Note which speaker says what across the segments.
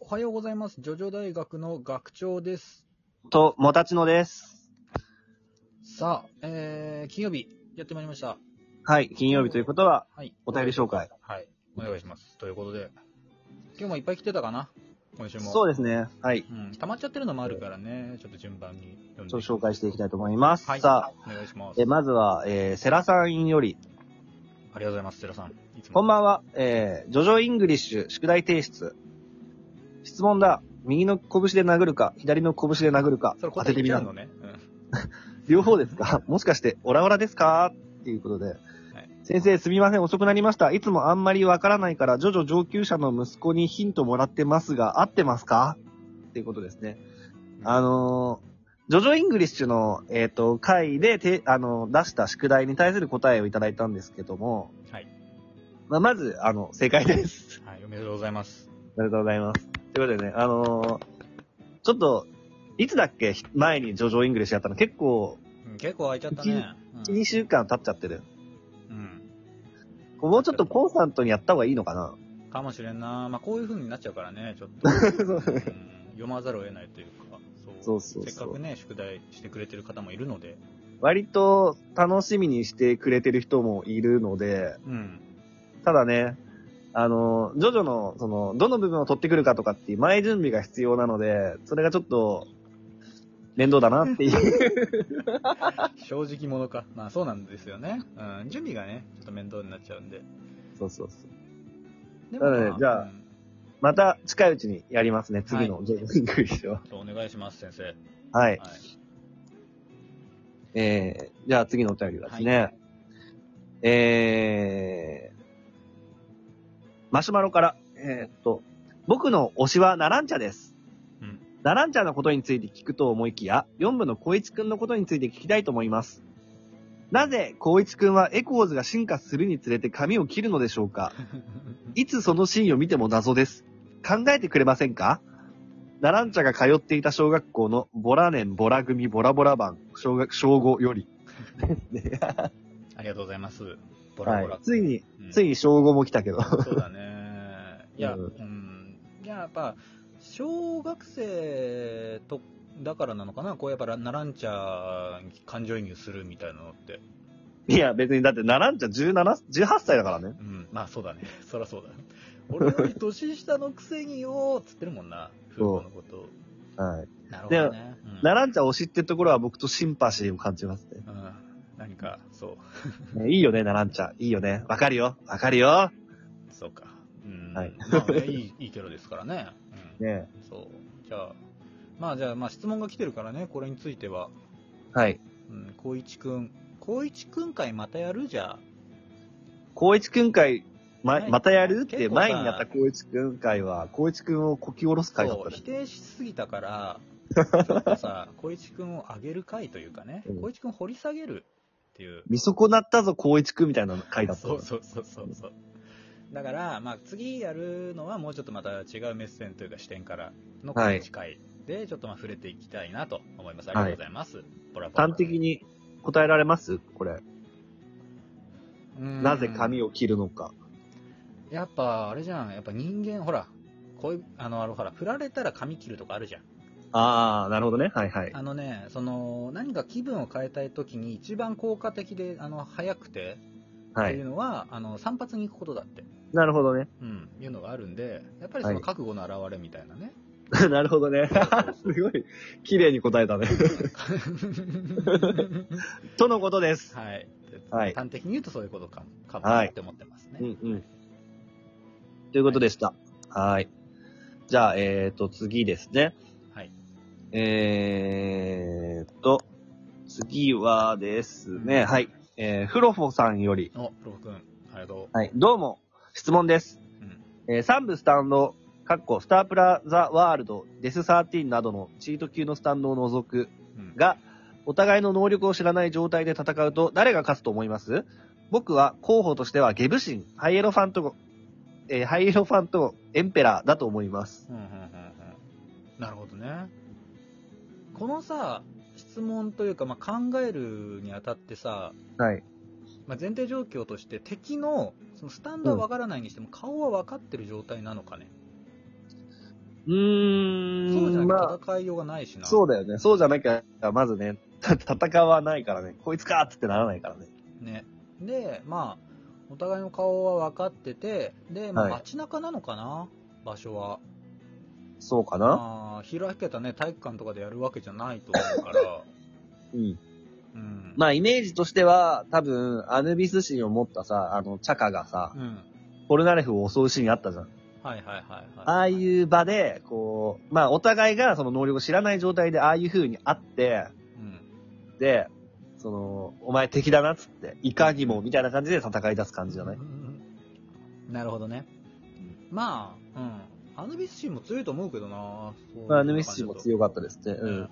Speaker 1: おはようございます。ジョジョ大学の学長です。
Speaker 2: と、もたちのです。
Speaker 1: さあ、えー、金曜日、やってまいりました。
Speaker 2: はい、金曜日ということは、
Speaker 1: はい。
Speaker 2: お便り紹介。
Speaker 1: はい。お願いします。ということで、今日もいっぱい来てたかな今週も。
Speaker 2: そう
Speaker 1: う
Speaker 2: ですね。はい。
Speaker 1: うん。溜まっちゃってるのもあるからね、ちょっと順番に読ん
Speaker 2: ちょ
Speaker 1: で
Speaker 2: っと紹介していきた
Speaker 1: い。
Speaker 2: いと思います。
Speaker 1: はい。
Speaker 2: さあ、
Speaker 1: お願いします。あり
Speaker 2: え
Speaker 1: が
Speaker 2: まずは、えー、セラさんより、
Speaker 1: とうございます、セラさん。いつも。
Speaker 2: こんばんは、えー、ジョジョイングリッシュ宿題提出。質問だ。右の拳で殴るか、左の拳で殴るか、
Speaker 1: それ
Speaker 2: 当
Speaker 1: 答え
Speaker 2: てて
Speaker 1: 言っ
Speaker 2: み
Speaker 1: ちゃ
Speaker 2: な
Speaker 1: う。のね。うん。
Speaker 2: 両方ですか もしかして、オラオラですかっていうことで。先生、すみません、遅くなりました。いつもあんまりわからないから、ジョジョ上級者の息子にヒントもらってますが、合ってますかっていうことですね。あのージョジョイングリッシュの、えっ、と、会で、て、あのー出した宿題に対する答えをいただいたんですけども、
Speaker 1: はい。
Speaker 2: まあ、まず、あの、正解です。
Speaker 1: はい、おめでとうございます。
Speaker 2: ありがとうございます。ということでね、あのーちょっと、いつだっけ前にジョジョイングリッシュやったの結構、
Speaker 1: うん結構空いちゃったね。
Speaker 2: 1、2週間経っちゃってる。
Speaker 1: うん。
Speaker 2: もうちょっとコンスタントにやった方がいいのかな
Speaker 1: うん。かもしれんな。まあ、こういう風になっちゃうからね、ちょっ と。うん読まざるを得ないというか、そ。
Speaker 2: そううそう
Speaker 1: せっか
Speaker 2: そ
Speaker 1: く
Speaker 2: う。
Speaker 1: ね、宿題してくれてる方もいるので、
Speaker 2: 割と楽しみにしてくれてる人もいるので、
Speaker 1: うん。
Speaker 2: ただね、あの、ジョジョの、その、どの部分を取ってくるかとかっていう前準備が必要なので、それがちょっと、面倒だなっていう。
Speaker 1: 正直者か。まあそうなんですよね。うん。準備がね、ちょっと面倒になっちゃうんで。
Speaker 2: そうそうそう。
Speaker 1: で
Speaker 2: なので
Speaker 1: ま
Speaker 2: じゃあ
Speaker 1: うん
Speaker 2: また近いうちにやりますね、次のジョジョイングリッシュは。
Speaker 1: ちょっとお願いします、先生。は
Speaker 2: はい。
Speaker 1: い。
Speaker 2: えー、じゃあ次のお便りですね。えー、マシュマロから、えーっと、僕の推しはナランチャです。
Speaker 1: うん
Speaker 2: ナランチャのことについて聞くと思いきや、4部の光一くんのことについて聞きたいと思います。なぜ光一くんはエコーズが進化するにつれて髪を切るのでしょう かいつそのシーンを見ても謎です。考えてくれませんかナランチャが通っていた小学校のボラ年ボラ組ボラボラ版小学、小5より。
Speaker 1: ありがとうございます。ボラボ
Speaker 2: は
Speaker 1: ラ。
Speaker 2: い、ついに、
Speaker 1: うん
Speaker 2: ついに小5も来たけど。
Speaker 1: そうだね。いや、う
Speaker 2: うん
Speaker 1: ん。いや、やっぱ、小学生と、だからなのかなこうやっぱラ、ナランチャーに感情移入するみたいなのって。
Speaker 2: いや、別に、だって、ナランチャ17、18歳だからね。
Speaker 1: うん、まあそうだね。 そらそうだ。俺より年下のくせによーっつってるもんな。風
Speaker 2: そう
Speaker 1: 子のことを。
Speaker 2: はい。
Speaker 1: なるほどね。うん
Speaker 2: ナランチャ推しってところは僕とシンパシーを感じますね。
Speaker 1: うん。何か、そう。
Speaker 2: ねいいよね、ナランチャ。いいよね。わかるよ。わかるよ。
Speaker 1: そうか。うん。
Speaker 2: はい
Speaker 1: まあねい い、いいキャラですからね。
Speaker 2: ね
Speaker 1: うん。そう。じゃあ、まあじゃあ、まあ質問が来てるからね、これについては。
Speaker 2: はい。
Speaker 1: うん、光一くん。光一くん会またやるじゃあ。
Speaker 2: 光一くん会、ま、
Speaker 1: はい
Speaker 2: またやるって
Speaker 1: 結構さ
Speaker 2: 前にやった光一くん会は、光一くんをこき下ろす会だっ
Speaker 1: そ
Speaker 2: た
Speaker 1: う、
Speaker 2: ね
Speaker 1: 否。定しすぎた から、ちょっとさ、光一くんを上げる会というかね、
Speaker 2: うん
Speaker 1: 光一くん掘り下げるっていう。
Speaker 2: 見損なったぞ、光一くんみたいな会だった。
Speaker 1: そうそうそうそうそう。だから、まあ、次やるのはもうちょっとまた違う目線というか視点からの
Speaker 2: はい
Speaker 1: 告知会で、ちょっとまあ触れていきたいなと思います。ありがとうございます。ボラボラ
Speaker 2: 端的に答えられますこれ。なぜ髪
Speaker 1: を。
Speaker 2: を切るのか。
Speaker 1: やっぱ、あれじゃん。やっぱ人間、ほら、こういう、あの、あの、ほら、振られたら髪切るとかあるじゃん。
Speaker 2: あー、なるほどね。はいはい。
Speaker 1: あのね、その、何か気分を変えたい時に一番効果的で、あの、早くて、っ
Speaker 2: は
Speaker 1: てい
Speaker 2: い。
Speaker 1: うのは、あの、散髪に行くことだって、
Speaker 2: なるほどね。
Speaker 1: うん、いうのがあるんで、やっぱりその覚悟の表れみたいなね。
Speaker 2: なるほどね。 すごい、綺麗に答えたね。とのことです。
Speaker 1: はい。
Speaker 2: はい
Speaker 1: 端的に言うとそういうことかも、かも
Speaker 2: はい
Speaker 1: って思ってますね。
Speaker 2: うんうん。ということでした。はい。じゃあ、えーと、次ですね。
Speaker 1: はい。
Speaker 2: えーと、次はですね、はい。えー、フロフォさんより、
Speaker 1: お、ロボ君、ありがと
Speaker 2: はい。どうも、質問です。
Speaker 1: う。うん。
Speaker 2: えー、3部スタンド、かっこ、スタープラザワールド、デス13などのチート級のスタンドを除く、
Speaker 1: うん、
Speaker 2: が、お互いの能力を知らない状態で戦うと誰が勝つと思います僕は候補としてはゲブ神、ハイエロファンと、えーハイエロファンとエンペラーだと思います。
Speaker 1: うんうんうんうん。なるほどね。このさ、質問というか、まあ、考えるにあたってさ、
Speaker 2: はい。
Speaker 1: まあ、前提状況として敵のそのスタンドはわからないにしても、顔は分かってる状態なのかね。
Speaker 2: うーん。
Speaker 1: そうじゃなき
Speaker 2: ま
Speaker 1: ゃ
Speaker 2: あ、
Speaker 1: 戦いようがないしな。
Speaker 2: そうだよね。そうじゃなきゃ、まずね、た戦わないからね、こいつかっつってならないからね。
Speaker 1: ね。で、まあ、お互いの顔は分かってて、で、まあ
Speaker 2: はい
Speaker 1: 街中なのかな、場所は。
Speaker 2: そうかな
Speaker 1: まあ、開けたね、体育館とかでやるわけじゃないと思う から。
Speaker 2: うん。
Speaker 1: うん。
Speaker 2: まあ、イメージとしては、多分、アヌビス神を持ったさ、あの、チャカがさ、
Speaker 1: うん。
Speaker 2: ポルナレフを襲うシーンあったじゃん。
Speaker 1: はいはいはいはい。
Speaker 2: ああいう場で、こう、まあ、お互いがその能力を知らない状態で、ああいう風に会って、
Speaker 1: うん。
Speaker 2: で、その、お前敵だなっつって、いかにも、みたいな感じで戦い出す感じじゃない
Speaker 1: うんうんなるほどね。まあ、うん。アヌビス神も強いと思うけどな。
Speaker 2: まあ、アヌビス神も強かったですって。う
Speaker 1: うんん。。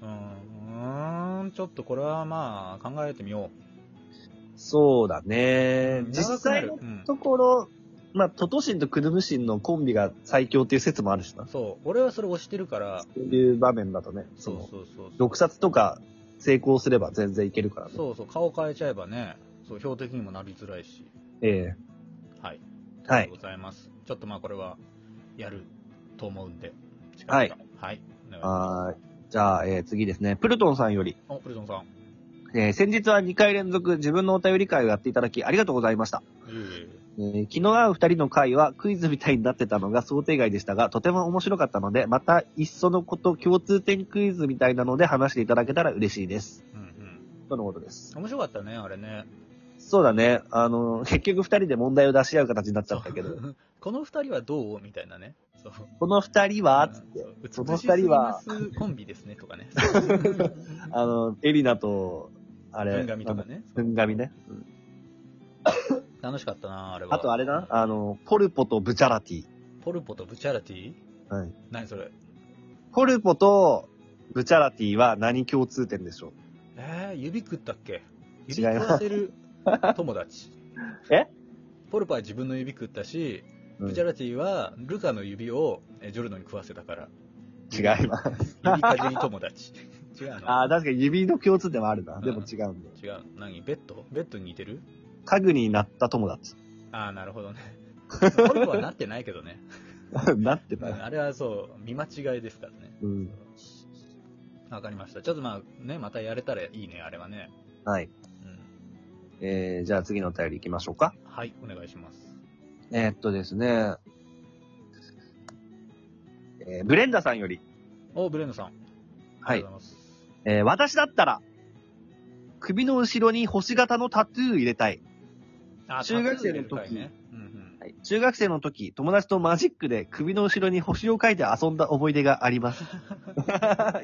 Speaker 1: うん。うーん、ちょっとこれはまあ、考えてみよ
Speaker 2: そうだ
Speaker 1: う。
Speaker 2: ね。実
Speaker 1: 長くな
Speaker 2: 際
Speaker 1: る
Speaker 2: の
Speaker 1: うん
Speaker 2: ところ、まあ、トトシンとクルムシンのコンビが最強っていう説もあるしな。
Speaker 1: そう。俺はそれ推してるから。
Speaker 2: そういう場面だとね、そ
Speaker 1: そう
Speaker 2: の、
Speaker 1: そうそうそう。
Speaker 2: 毒殺とか成功すれば全然いけるからね。
Speaker 1: そうそう、顔変えちゃえばね、そう、標的にもなりづらいし。
Speaker 2: え
Speaker 1: はい。
Speaker 2: えはい。
Speaker 1: ございます。ちょっとまあこれは、やると思うんで。
Speaker 2: はい
Speaker 1: 近々。はい。お願いします
Speaker 2: はーい。じゃあ、えー次ですね。プルトンさんより、
Speaker 1: お、プルソンさん。
Speaker 2: えー先日は2回連続自分のお便り会をやっていただきありがとうございました。
Speaker 1: いえい
Speaker 2: えー気の合う2人の会はクイズみたいになってたのが想定外でしたが、とても面白かったので、またいっそのこと共通点クイズみたいなので話していただけたら嬉しいです。
Speaker 1: えうんうん。
Speaker 2: とのことです。
Speaker 1: 面白かったね、あれね。
Speaker 2: そうだね。あの、結局2人で問題を出し合う形になっちゃったけど、
Speaker 1: この二人はどうみたいなね。そう。
Speaker 2: この2人は、つって、
Speaker 1: うん
Speaker 2: そ
Speaker 1: そう
Speaker 2: の
Speaker 1: 美
Speaker 2: 二
Speaker 1: しすぎ
Speaker 2: 人は
Speaker 1: ますコンビですね、と かね。
Speaker 2: あの、エリナと、あれ、
Speaker 1: 文神とかね。
Speaker 2: あの。文神ね。うん
Speaker 1: 楽しかったな、あれは。
Speaker 2: あとあれな、あの、ポルポとブチャラティ。
Speaker 1: ポルポとブチャラティ
Speaker 2: はい。
Speaker 1: 何それ
Speaker 2: ポルポとブチャラティは何共通点でしょう
Speaker 1: えー、指食ったっけ
Speaker 2: 違
Speaker 1: 指
Speaker 2: い
Speaker 1: 食
Speaker 2: ます
Speaker 1: わせる友達。
Speaker 2: え
Speaker 1: ポルパは自分の指食ったし、
Speaker 2: うん
Speaker 1: ブチャラティはルカの指をえジョルノに食わせたから。
Speaker 2: 違います。
Speaker 1: 指かじり友 達。違うの
Speaker 2: ああ、確かに指の共通点はあるな。
Speaker 1: ん
Speaker 2: でも違うんだよ。
Speaker 1: 違う。何ベッドベッドに似てる
Speaker 2: 家具になった友達。
Speaker 1: ああ、なるほ どね。ポルパはなってないけどね。
Speaker 2: なって
Speaker 1: うん
Speaker 2: た。
Speaker 1: あれはそう、見間違いですからね。
Speaker 2: うん。
Speaker 1: わかりました。ちょっとまあね、またやれたらいいね、あれはね。
Speaker 2: はい。
Speaker 1: うん。
Speaker 2: えー、じゃあ次のお便り行きましょうか。
Speaker 1: はい、お願いします。
Speaker 2: えー、っとですね。えー、ブレンダさんより。
Speaker 1: お、ブレンドさん。
Speaker 2: は
Speaker 1: あり
Speaker 2: い
Speaker 1: が。とうございます。
Speaker 2: えー、私だったら、首の後ろに星型のタトゥー入れたい。
Speaker 1: あ
Speaker 2: 中学生の時
Speaker 1: タトゥー入れる回ねうんうん
Speaker 2: はい中学生の時、友達とマジックで首の後ろに星を描いて遊んだ思い出があります。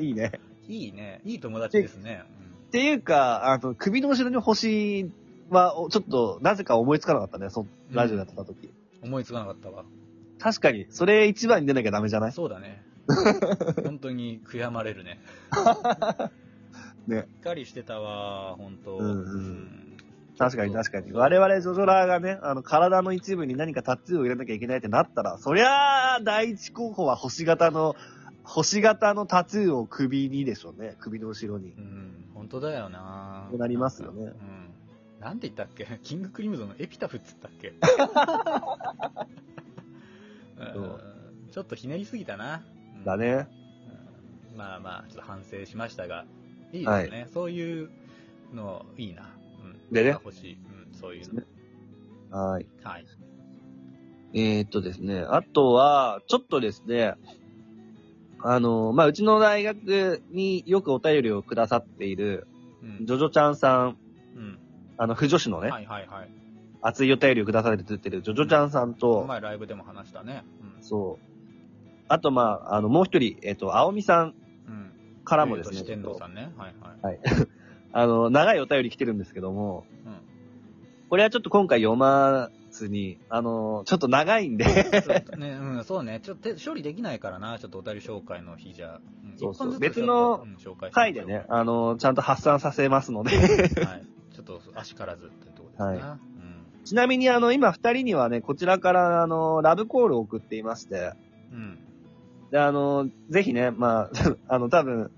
Speaker 2: いいね。
Speaker 1: いいね。いい友達ですね。
Speaker 2: っていうか、あの、首の後ろに星は、おちょっと、なぜか思いつかなかったね、そ、ラジオやってた時。
Speaker 1: うん思いつかなかったわ。
Speaker 2: 確かに、それ一番に出なきゃダメじゃない
Speaker 1: そうだ ね。本当に悔やまれるね。
Speaker 2: ね
Speaker 1: しっかりしてたわ、本当。
Speaker 2: うんうん
Speaker 1: ん
Speaker 2: 確かに確かに。我々ジョジョラーがね、あの、体の一部に何かタッツーを入れなきゃいけないってなったら、そりゃあ、第一候補は星型の、星型のタトゥーを首にでしょうね。首の後ろに。
Speaker 1: うん、本当だよな。
Speaker 2: なりますよね
Speaker 1: なんかうん。なんて言ったっけキングクリムゾンのエピタフっつったっ け
Speaker 2: そう
Speaker 1: うんちょっとひねりすぎたな。うん
Speaker 2: だね。
Speaker 1: うんまあまあ、ちょっと反省しましたが、いいですね。そういうの、いいな。うん、
Speaker 2: でね
Speaker 1: 欲しい。うん、そういうの。
Speaker 2: はい。
Speaker 1: はい。
Speaker 2: えー、っとですね、あとは、ちょっとですね、あの、まあ、うちの大学によくお便りをくださっている、
Speaker 1: うん
Speaker 2: ジョジョちゃんさん、
Speaker 1: うん。
Speaker 2: あの、不女子のね、
Speaker 1: はいはいはい。
Speaker 2: 熱いお便りをくだされてるジョジョちゃんさんと、
Speaker 1: 前ライブでも話したね。
Speaker 2: そう。あと、まあ、あの、もう一人、えっ、と、青みさん
Speaker 1: うん。うん。
Speaker 2: からもです
Speaker 1: 竜
Speaker 2: ね、
Speaker 1: と四天童さんね。はい はい。
Speaker 2: あの、長いお便り来てるんですけども、
Speaker 1: うん。
Speaker 2: これはちょっと今回読まずに、あの、ちょっと長いんで、
Speaker 1: ちょっとね、うん、そうね。ちょっと手処理できないからな、ちょっとお便り紹介の日じゃ。ん
Speaker 2: そうそう
Speaker 1: 一本ずつちょっと
Speaker 2: 別の
Speaker 1: うん紹介しましょう
Speaker 2: 回でね、あの、ちゃんと発散させますので、
Speaker 1: はい。ちょっと足からずってとこですね。
Speaker 2: はい
Speaker 1: うん。
Speaker 2: ちなみにあの、今二人にはね、こちらからあの、ラブコールを送っていまして、
Speaker 1: うん。
Speaker 2: で、あの、ぜひね、まあ、 あの、多分、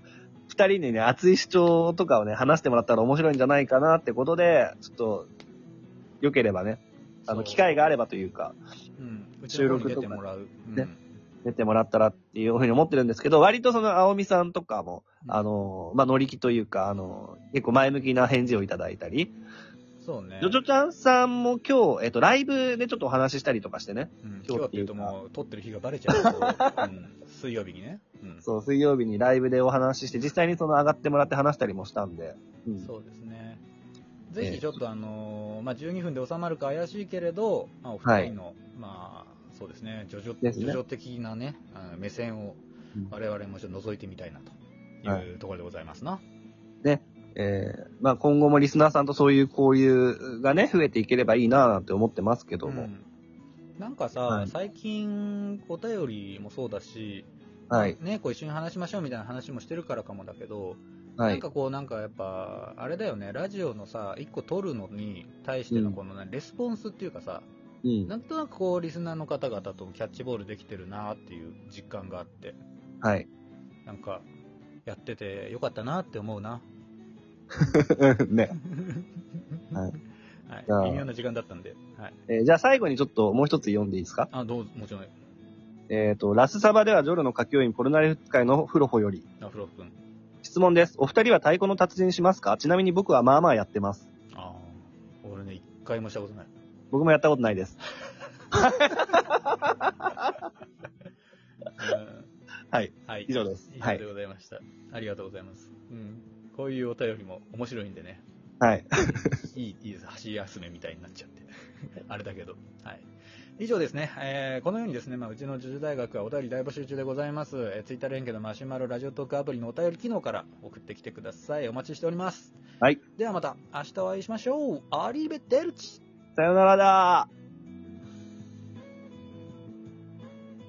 Speaker 2: 二人にね、熱い主張とかをね、話してもらったら面白いんじゃないかなってことで、ちょっと、良ければね、あ
Speaker 1: そ
Speaker 2: の、
Speaker 1: う
Speaker 2: 機会があればというか、
Speaker 1: うん。うち
Speaker 2: 収
Speaker 1: の方
Speaker 2: 録
Speaker 1: に
Speaker 2: とか
Speaker 1: 出てもらう。うん
Speaker 2: ね出てもらったらっていうふうに思ってるんですけど、割とその青みさんとかも、あの、まあ、乗り気というか、あの、結構前向きな返事をいただいたり、
Speaker 1: そうね。
Speaker 2: ジョジョちゃんさんも今日、えっと、ライブでちょっとお話ししたりとかしてね、
Speaker 1: うん今日
Speaker 2: 今日
Speaker 1: っ
Speaker 2: っ
Speaker 1: てて
Speaker 2: い
Speaker 1: いうう
Speaker 2: か
Speaker 1: ともう撮ってる日がバレちゃう けど、うん水曜日にね。うん
Speaker 2: そう、水曜日にライブでお話しして、実際にその上がってもらって話したりもしたんで、うん
Speaker 1: そうですね。ぜ
Speaker 2: ええ
Speaker 1: ひちょっとあのーまあ、12分で収まるか怪しいけれど、まあ、お二人の、まあ、そうですね、ジョジョ、
Speaker 2: ですね
Speaker 1: ジョジョ的なね、あの目線を
Speaker 2: うん
Speaker 1: 我々もちょっと覗いてみたいな
Speaker 2: は
Speaker 1: というところでございますな。
Speaker 2: えーまあ今後もリスナーさんとそういう交流がね、増えていければいいなぁなんて思ってますけども。
Speaker 1: うんなんかさ、
Speaker 2: はい
Speaker 1: 最近お便りもそうだし、
Speaker 2: はい。
Speaker 1: ね、こう一緒に話しましょうみたいな話もしてるからかもだけど、な
Speaker 2: は
Speaker 1: ん
Speaker 2: い。
Speaker 1: かこう、なんかやっぱ、あれだよね、ラジオのさ、一個撮るのに対してのこのね、レスポンスっていうかさ、
Speaker 2: うん。
Speaker 1: なんとなくこう、リスナーの方々とキャッチボールできてるなっていう実感があって、
Speaker 2: はい。
Speaker 1: なんか、やっててよかったなって思う な。
Speaker 2: ね。はい
Speaker 1: はい
Speaker 2: じゃあ
Speaker 1: 微妙な時間だったんで。はい。
Speaker 2: えーじゃあ最後にちょっともう一つ読んでいいですか
Speaker 1: あ、どうぞ、もちろん。
Speaker 2: えっ、と、ラスサバではジョルの歌教員ポルナレフ会のフロホより。
Speaker 1: ラフロフ君。
Speaker 2: 質問です。お二人は太鼓の達人しますかちなみに僕はまあまあやってます。
Speaker 1: ああ、俺ね、一回もしたこと ない。
Speaker 2: 僕もやったことないです。
Speaker 1: うん
Speaker 2: はい。
Speaker 1: はい。
Speaker 2: 以上です
Speaker 1: 以
Speaker 2: は
Speaker 1: 上
Speaker 2: い
Speaker 1: でございました。ありがとうございます。うん。こういうお便りも面白いんでね。
Speaker 2: はい。
Speaker 1: いい、いいです。箸休めみたいになっちゃって。 あれだけど。はい。以上ですね。えーこのようにですね、まあ、うちの女子大学はお便り大募集中でございます。えー、ツイッター連携のマシュマロラジオトークアプリのお便り機能から送ってきてください。お待ちしております。
Speaker 2: はい。
Speaker 1: ではまた明日お会いしましょう。アリベデルチ
Speaker 2: さよならだー